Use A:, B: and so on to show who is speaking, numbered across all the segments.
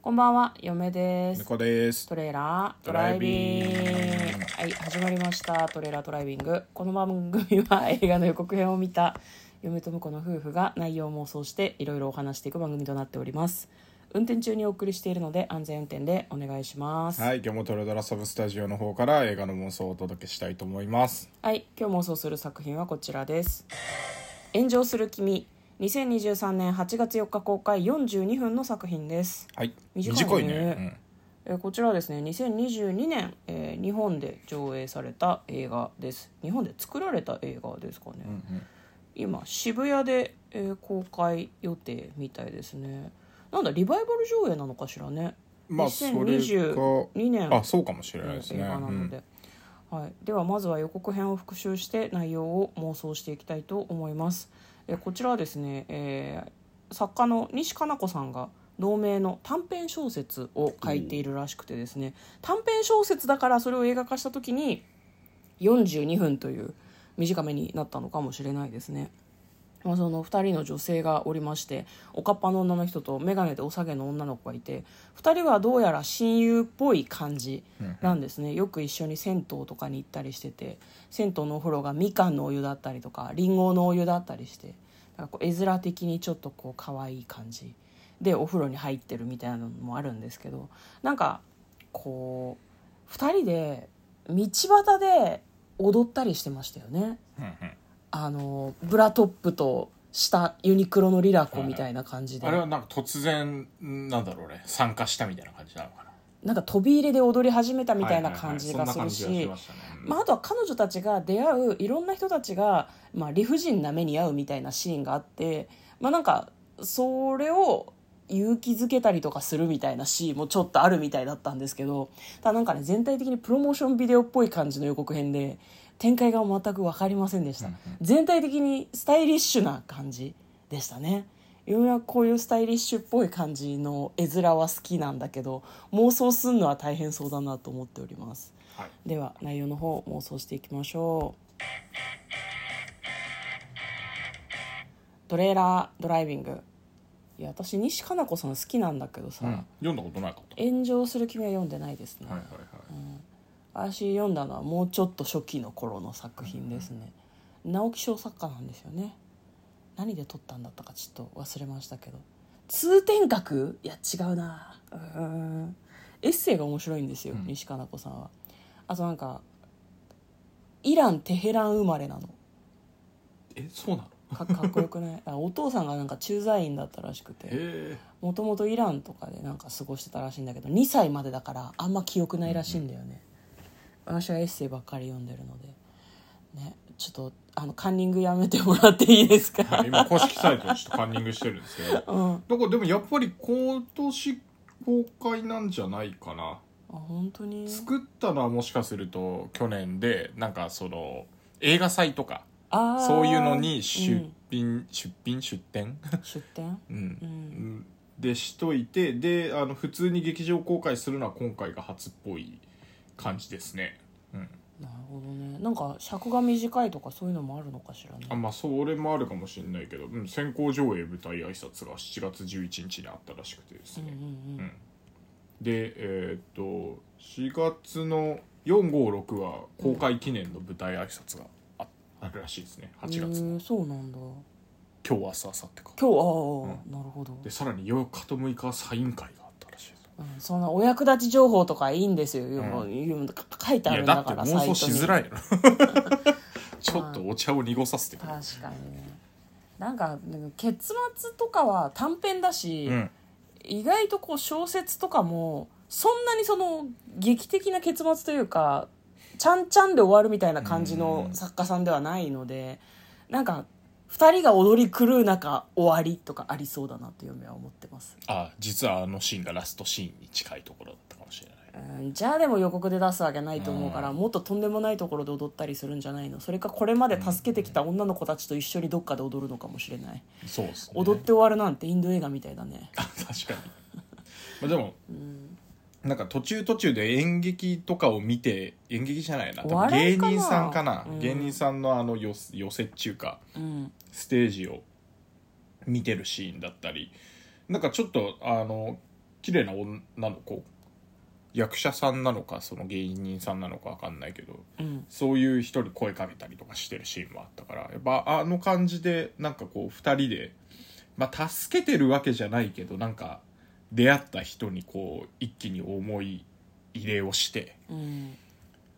A: こんばんは、嫁です。
B: 猫です
A: トレーラード
B: ド
A: ラ
B: ラ
A: イ
B: イ
A: ビ
B: ビ
A: ング
B: ング
A: はい始まりました「トレーラードライビング」この番組は映画の予告編を見た嫁と婿の夫婦が内容を妄想していろいろお話していく番組となっております運転中にお送りしているので安全運転でお願いしますはい、
B: はい今日もトレドラサブスタジオの方から映画の妄想をお届けしたいと思います
A: 今日妄想する作品はこちらです「炎上する君」2023年8月4日公開42分の作品です
B: はい
A: 短
B: 短
A: い
B: い
A: ね
B: ね
A: えーこちらはですね2022年、えー日本で上映された映画です日本で作られた映画ですかね、
B: うんうん
A: 今渋谷で、えー公開予定みたいですねなんだリバイバル上映なのかしらね
B: うんまあそれ
A: 2022
B: か
A: 年
B: あそうかもしれないですね
A: 映画なので、はい、ではまずは予告編を復習して内容を妄想していきたいと思いますえこちらはですね、えー作家の西加奈子さんが同名の短編小説を書いているらしくてですね短編小説だからそれを映画化した時に42分という短めになったのかもしれないですねまあ、その2人の女性がおりましておかっぱの女の人と眼鏡でお下げの女の子がいて2人はどうやら親友っぽい感じなんですねよく一緒に銭湯とかに行ったりしてて銭湯のお風呂がみかんのお湯だったりとかりんごのお湯だったりしてなんかこう絵面的にちょっとこう可愛い感じでお風呂に入ってるみたいなのもあるんですけどなんかこう2人で道端で踊ったりしてましたよね。
B: うんうんうん
A: あのブラトップと下ユニクロのリラコみたいな感じで、
B: あれはなんか突然なんだろうね参加したみたいな感じなのかな
A: なんか飛び入れで踊り始めたみたいな
B: ははは
A: 感じがするし,、
B: そんな感じがしましたねうん
A: まあ、あとは彼女たちが出会ういろんな人たちが、まあ、理不尽な目に遭うみたいなシーンがあって、まあ、なんかそれを勇気づけたりとかするみたいなシーンもちょっとあるみたいだったんですけどただなんかね全体的にプロモーションビデオっぽい感じの予告編で展開が全く分かりませんでした、
B: うんうん
A: 全体的にスタイリッシュな感じでしたね嫁はこういうスタイリッシュっぽい感じの絵面は好きなんだけど妄想すんのは大変そうだなと思っております
B: はい
A: では内容の方妄想していきましょうトレーラードライビングいや私西加奈子さん好きなんだけどさ、
B: うん読んだことなかった
A: 炎上する君は読んでないですね、
B: はいはいはい
A: 私読んだのはもうちょっと初期の頃の作品ですね、直木賞作家なんですよね何で撮ったんだったかちょっと忘れましたけど通天閣いや違うなうーんエッセイが面白いんですよ、
B: うん
A: 西加奈子さんはあとなんかイラン・テヘラン生まれなの
B: えそうなの
A: かかっこよくない あお父さんがなんか駐在員だったらしくて
B: へえ
A: もともとイランとかでなんか過ごしてたらしいんだけど2歳までだからあんま記憶ないらしいんだよね、私はエッセイばっかり読んでるのでねちょっとあのカンニングやめてもらっていいですか、
B: はい今公式サイトをちょっとカンニングしてるんですけど
A: うんあ
B: なんかでもやっぱり今年公開なんじゃないかな
A: 本当に
B: 作ったのはもしかすると去年でなんかその映画祭とか
A: あー
B: そういうのに出
A: ん
B: 品、出品出展、
A: 出展
B: うん
A: ん
B: でしといてであの普通に劇場公開するのは今回が初っぽい感じですね、うん、
A: なるほどねなんか尺が短いとかそういうのもあるのかしらね
B: あまあそれもあるかもしれないけど、うん、先行上映舞台挨拶が7月11日にあったらしくてです
A: うんう
B: ね、
A: ん
B: うんでえーっと4月の456は公開記念の舞台挨拶がああるらしいですね
A: うん、
B: 8月の、
A: えーそうなんだ
B: 今日明日明後日か
A: 今日ああ、なるほど
B: でさらに8日と6日はサイン会があったらしいです
A: うん、そんなお役立ち情報とかいいんですよ、
B: ん
A: うん、書いて
B: い
A: ある
B: や
A: ん
B: だ
A: だ
B: って
A: から
B: 妄想
A: サイ
B: し
A: トに
B: づらいの ちょっとお茶を濁させてくれ
A: 確かにねなんか結末とかは短編だし、
B: うん
A: 意外とこう小説とかもそんなにその劇的な結末というかちゃんちゃんで終わるみたいな感じの
B: うん
A: 作家さんではないのでなんか2人が踊り狂う中終わりとかありそうだなと嫁は思ってます、
B: あ実はあのシーンがラストシーンに近いところだったかもしれない
A: うん、じゃあでも予告で出すわけないと思うから、
B: うん
A: もっととんでもないところで踊ったりするんじゃないのそれかこれまで助けてきた女の子たちと一緒にどっかで踊るのかもしれない
B: そうですね
A: 踊って終わるなんてインド映画みたいだね、
B: あ確かにまあでもなんか途中途中で演劇とかを見て演劇じゃないな
A: お
B: 多分
A: 笑い
B: 芸
A: かな
B: 人さんかな、
A: うん
B: 芸人さんのあの寄せ寄せっちゅうか
A: うん、
B: ステージを見てるシーンだったりなんかちょっとあのき綺麗な女の子役者さんなのかその芸人さんなのか分かんないけど
A: うん
B: そういう人に声かけたりとかしてるシーンもあったからやっぱあの感じでなんかこう2人で、まあ、助けてるわけじゃないけどなんか出会った人にこう一気に思い入れをして。
A: うん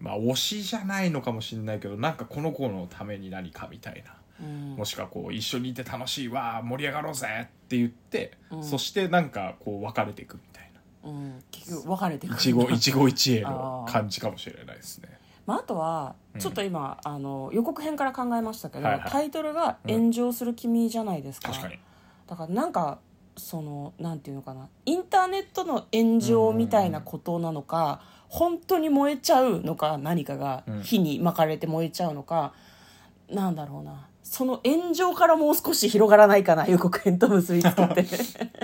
B: まあ、推しじゃないのかもしれないけどなんかこの子のために何かみたいな
A: うん
B: もしくはこう一緒にいて楽しいわあ盛り上がろうぜって言って、
A: うん
B: そしてなんかこう別れていくみたい
A: うん結局別れてく
B: な
A: る
B: 一期一期一会の
A: あー
B: 感じかもしれないですね
A: まあ、あとは
B: うん
A: ちょっと今、あの予告編から考えましたけど、
B: はいはい
A: タイトルが「炎上する君」じゃないですか,、
B: 確かに
A: だからなんかそのなんていうのかなインターネットの炎上みたいなことなのか、本当に燃えちゃうのか何かが
B: うん
A: 火に巻かれて燃えちゃうのか、なんだろうなその炎上からもう少し広がらないかな予告編と結びつけて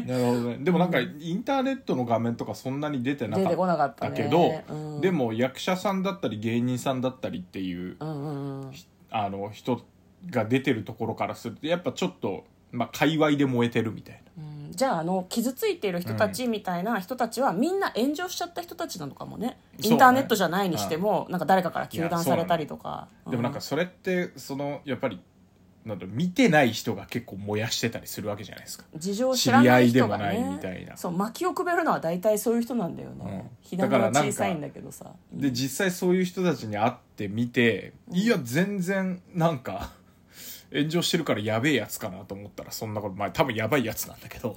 B: なるほどねでもなんかインターネットの画面とかそんなに出てな
A: 出
B: か
A: てこ
B: っ
A: なかった
B: た
A: ね
B: けど、
A: うん
B: でも役者さんだったり芸人さんだったりっていう
A: うんうんうん
B: あの人が出てるところからするとやっぱちょっと、まあ、界隈で燃えてるみたいな。
A: うんじゃああの傷ついている人たちみたいな人たちは、みんな炎上しちゃった人たちなのかもね
B: そうね
A: インターネットじゃないにしても、なんか誰かから糾弾されたりとか、
B: でもなんかそれってそのやっぱりなんだろう見てない人が結構燃やしてたりするわけじゃないですか、
A: うん事情を知らない人が
B: 知り合いで
A: ね
B: もないみたいな
A: そう薪をくべるのは大体そういう人なんだよね、
B: うん
A: 火
B: だ
A: 種
B: から
A: が
B: なん
A: 小
B: か
A: さいんだけどさ
B: で実際そういう人たちに会ってみて、いや全然なんか炎上してるからやべえやつかなと思ったらそんなことまあ多分やばいやつなんだけど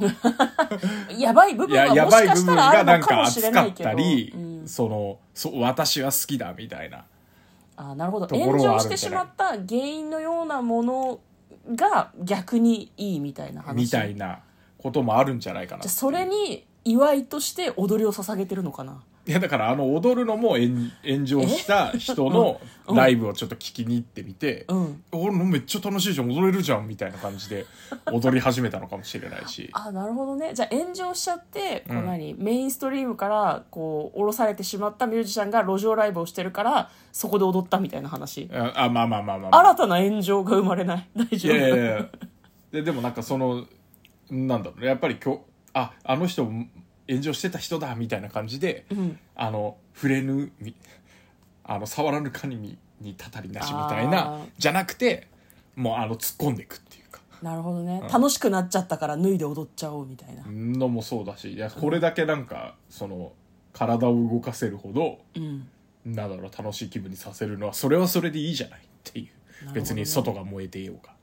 A: やばい部
B: い
A: 分
B: や
A: は
B: や
A: も
B: ば
A: し
B: い
A: か
B: 部
A: した
B: 分
A: ら
B: が
A: あ
B: な
A: る
B: ん
A: のか
B: か
A: もしれ
B: 熱
A: な
B: か
A: い
B: っ
A: けど
B: たり、
A: うん
B: そのそ私は好きだみたいな
A: あーなるほど
B: ところはある
A: 炎
B: んじゃない
A: 上してしまった原因のようなものが逆にいいみたいな話
B: みたいなこともあるんじゃないかな
A: じゃあそれに祝いとして踊りを捧げてるのかない
B: やだからあの踊るのも炎炎上した人のライブをちょっと聞きに行ってみて、
A: うん
B: 俺めっちゃ楽しいじゃん踊れるじゃんみたいな感じで踊り始めたのかもしれないし
A: あなるほどねじゃあ炎上しちゃって、こ
B: う
A: うん何メインストリームからこう降ろされてしまったミュージシャンが路上ライブをしてるからそこで踊ったみたいな話
B: ああまあまあまあまあ、まあ、
A: 新たな炎上が生まれない 大
B: い
A: 丈夫
B: やいやいやででもなんかそのなんだろうねやっぱりきょああの人も炎上してた人だみたいな感じで、
A: うん
B: あの触れぬみあの触らぬ神ににたたりなしみたい
A: あ
B: な
A: ー
B: じゃなくてもうあの突っ込んでいくっていうか
A: なるほどね、楽しくなっちゃったから脱いで踊っちゃおうみたいな
B: のもそうだしいやこれだけなんかその体を動かせるほど
A: うん
B: なんだろう楽しい気分にさせるのはそれはそれでいいじゃないっていう、
A: なるほどね
B: 別に外が燃えていようが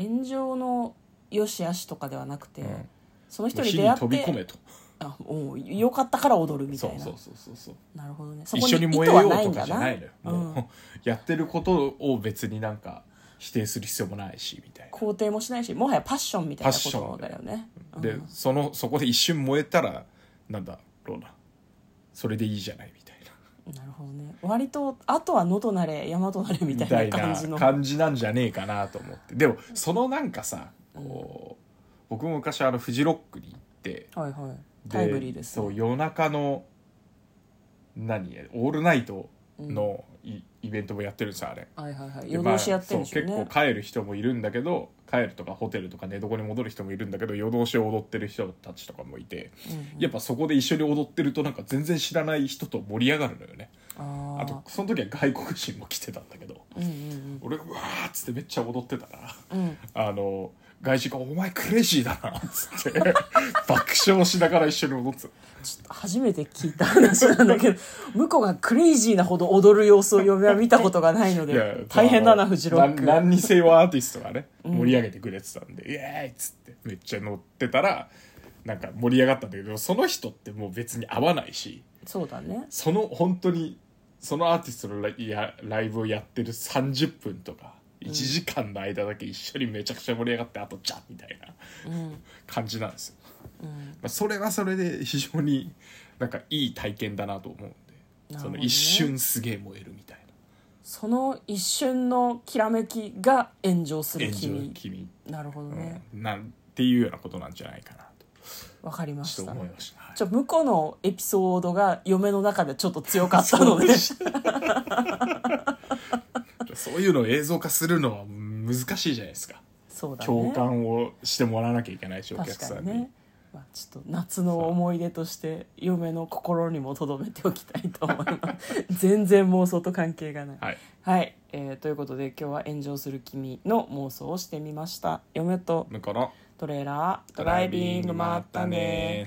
A: 炎上のよし悪しとかではなくて、
B: ん
A: その人に
B: 火
A: 出
B: に
A: 会
B: 飛び
A: っ
B: 込
A: て
B: めと
A: あもうよかったから踊るみた
B: そ
A: いうな
B: そうそうそうそう
A: なるほどねそこ
B: 一緒に
A: に意
B: 燃
A: 図
B: えよ
A: は
B: う
A: ない
B: と
A: んだ
B: か
A: な
B: じゃないのよ
A: う
B: も
A: ん
B: うやってることを別になんか否定する必要もないしみたい
A: 肯定もしないしもはやパッションみたいなことだよね
B: なでそのそこで一瞬燃えたらなんだろうなそれでいいじゃないみたいな
A: うんなるほどね割とあとは野となれ山となれみ
B: み
A: た
B: た
A: い
B: い
A: な感じの
B: な感じなんじゃねえかなと思ってでもそのなんかさこう僕も昔あのフジロックに行って
A: はいはいタイムリーですね
B: そう夜中の何オールナイトのイ,、イベントもやってるんですよあれ
A: はいはいはい
B: で
A: 夜通しやってるんでしょう
B: まあそ
A: ね
B: う結構帰る人もいるんだけど帰るとかホテルとか寝床に戻る人もいるんだけど夜通し踊ってる人たちとかもいて、やっぱそこで一緒に踊ってるとなんか全然知らない人と盛り上がるのよね
A: あ
B: あ
A: あ
B: とその時は外国人も来てたんだけど
A: うんうん
B: 俺うわーっつってめっちゃ踊ってたら
A: うんうん
B: あの外人が「お前クレイジーだな」っつって爆笑しながら一緒に踊ってた
A: ちょっと初めて聞いた話なんだけど 向こうがクレイジーなほど踊る様子を嫁は見たことがないの
B: いや
A: で大変だ
B: あ
A: な
B: の
A: フジロック
B: な何にせよアーティストがね盛り上げてくれてたんで「イエーイ!」っつってめっちゃ乗ってたらなんか盛り上がったんだけどその人ってもう別に合わないし
A: そうだね
B: その本当にそのアーティストのライやライブをやってる30分とか1時間の間だけ一緒にめちゃくちゃ盛り上がってあとじゃんみたいな
A: うん
B: 感じなんですよ、
A: うん
B: まあ、それはそれで非常になんかいい体験だなと思うんで、
A: なる
B: そ
A: ほど
B: の
A: ね
B: 一瞬すげえ燃えるみたい
A: その一瞬のきらめきが炎上す
B: な
A: る
B: 炎上
A: 君
B: 君
A: なるほどね
B: なんていうようなことなんじゃないかな
A: わかりま
B: と
A: した
B: 思いました、はい
A: ちょ向こうのエピソードが嫁の中でちょっと強かったの で
B: そういうのを映像化するのは難しいじゃないですか、
A: そうだね
B: 共感をしてもらわなきゃいけないしお客
A: 確
B: さ
A: か
B: ん
A: に
B: に
A: ねまあ、ちょっと夏の思い出として嫁の心にも留めておきたいと思います 全然妄想と関係がない
B: はい
A: はい、えーということで今日は「炎上する君」の妄想をしてみました嫁と
B: 向こうの
A: トレーラード
B: ド
A: ラ
B: ラ
A: イ
B: イ
A: ビ
B: ビ
A: ン
B: ン
A: グ
B: グ
A: も
B: も
A: あ
B: あ
A: っ
B: ったた
A: ね
B: ね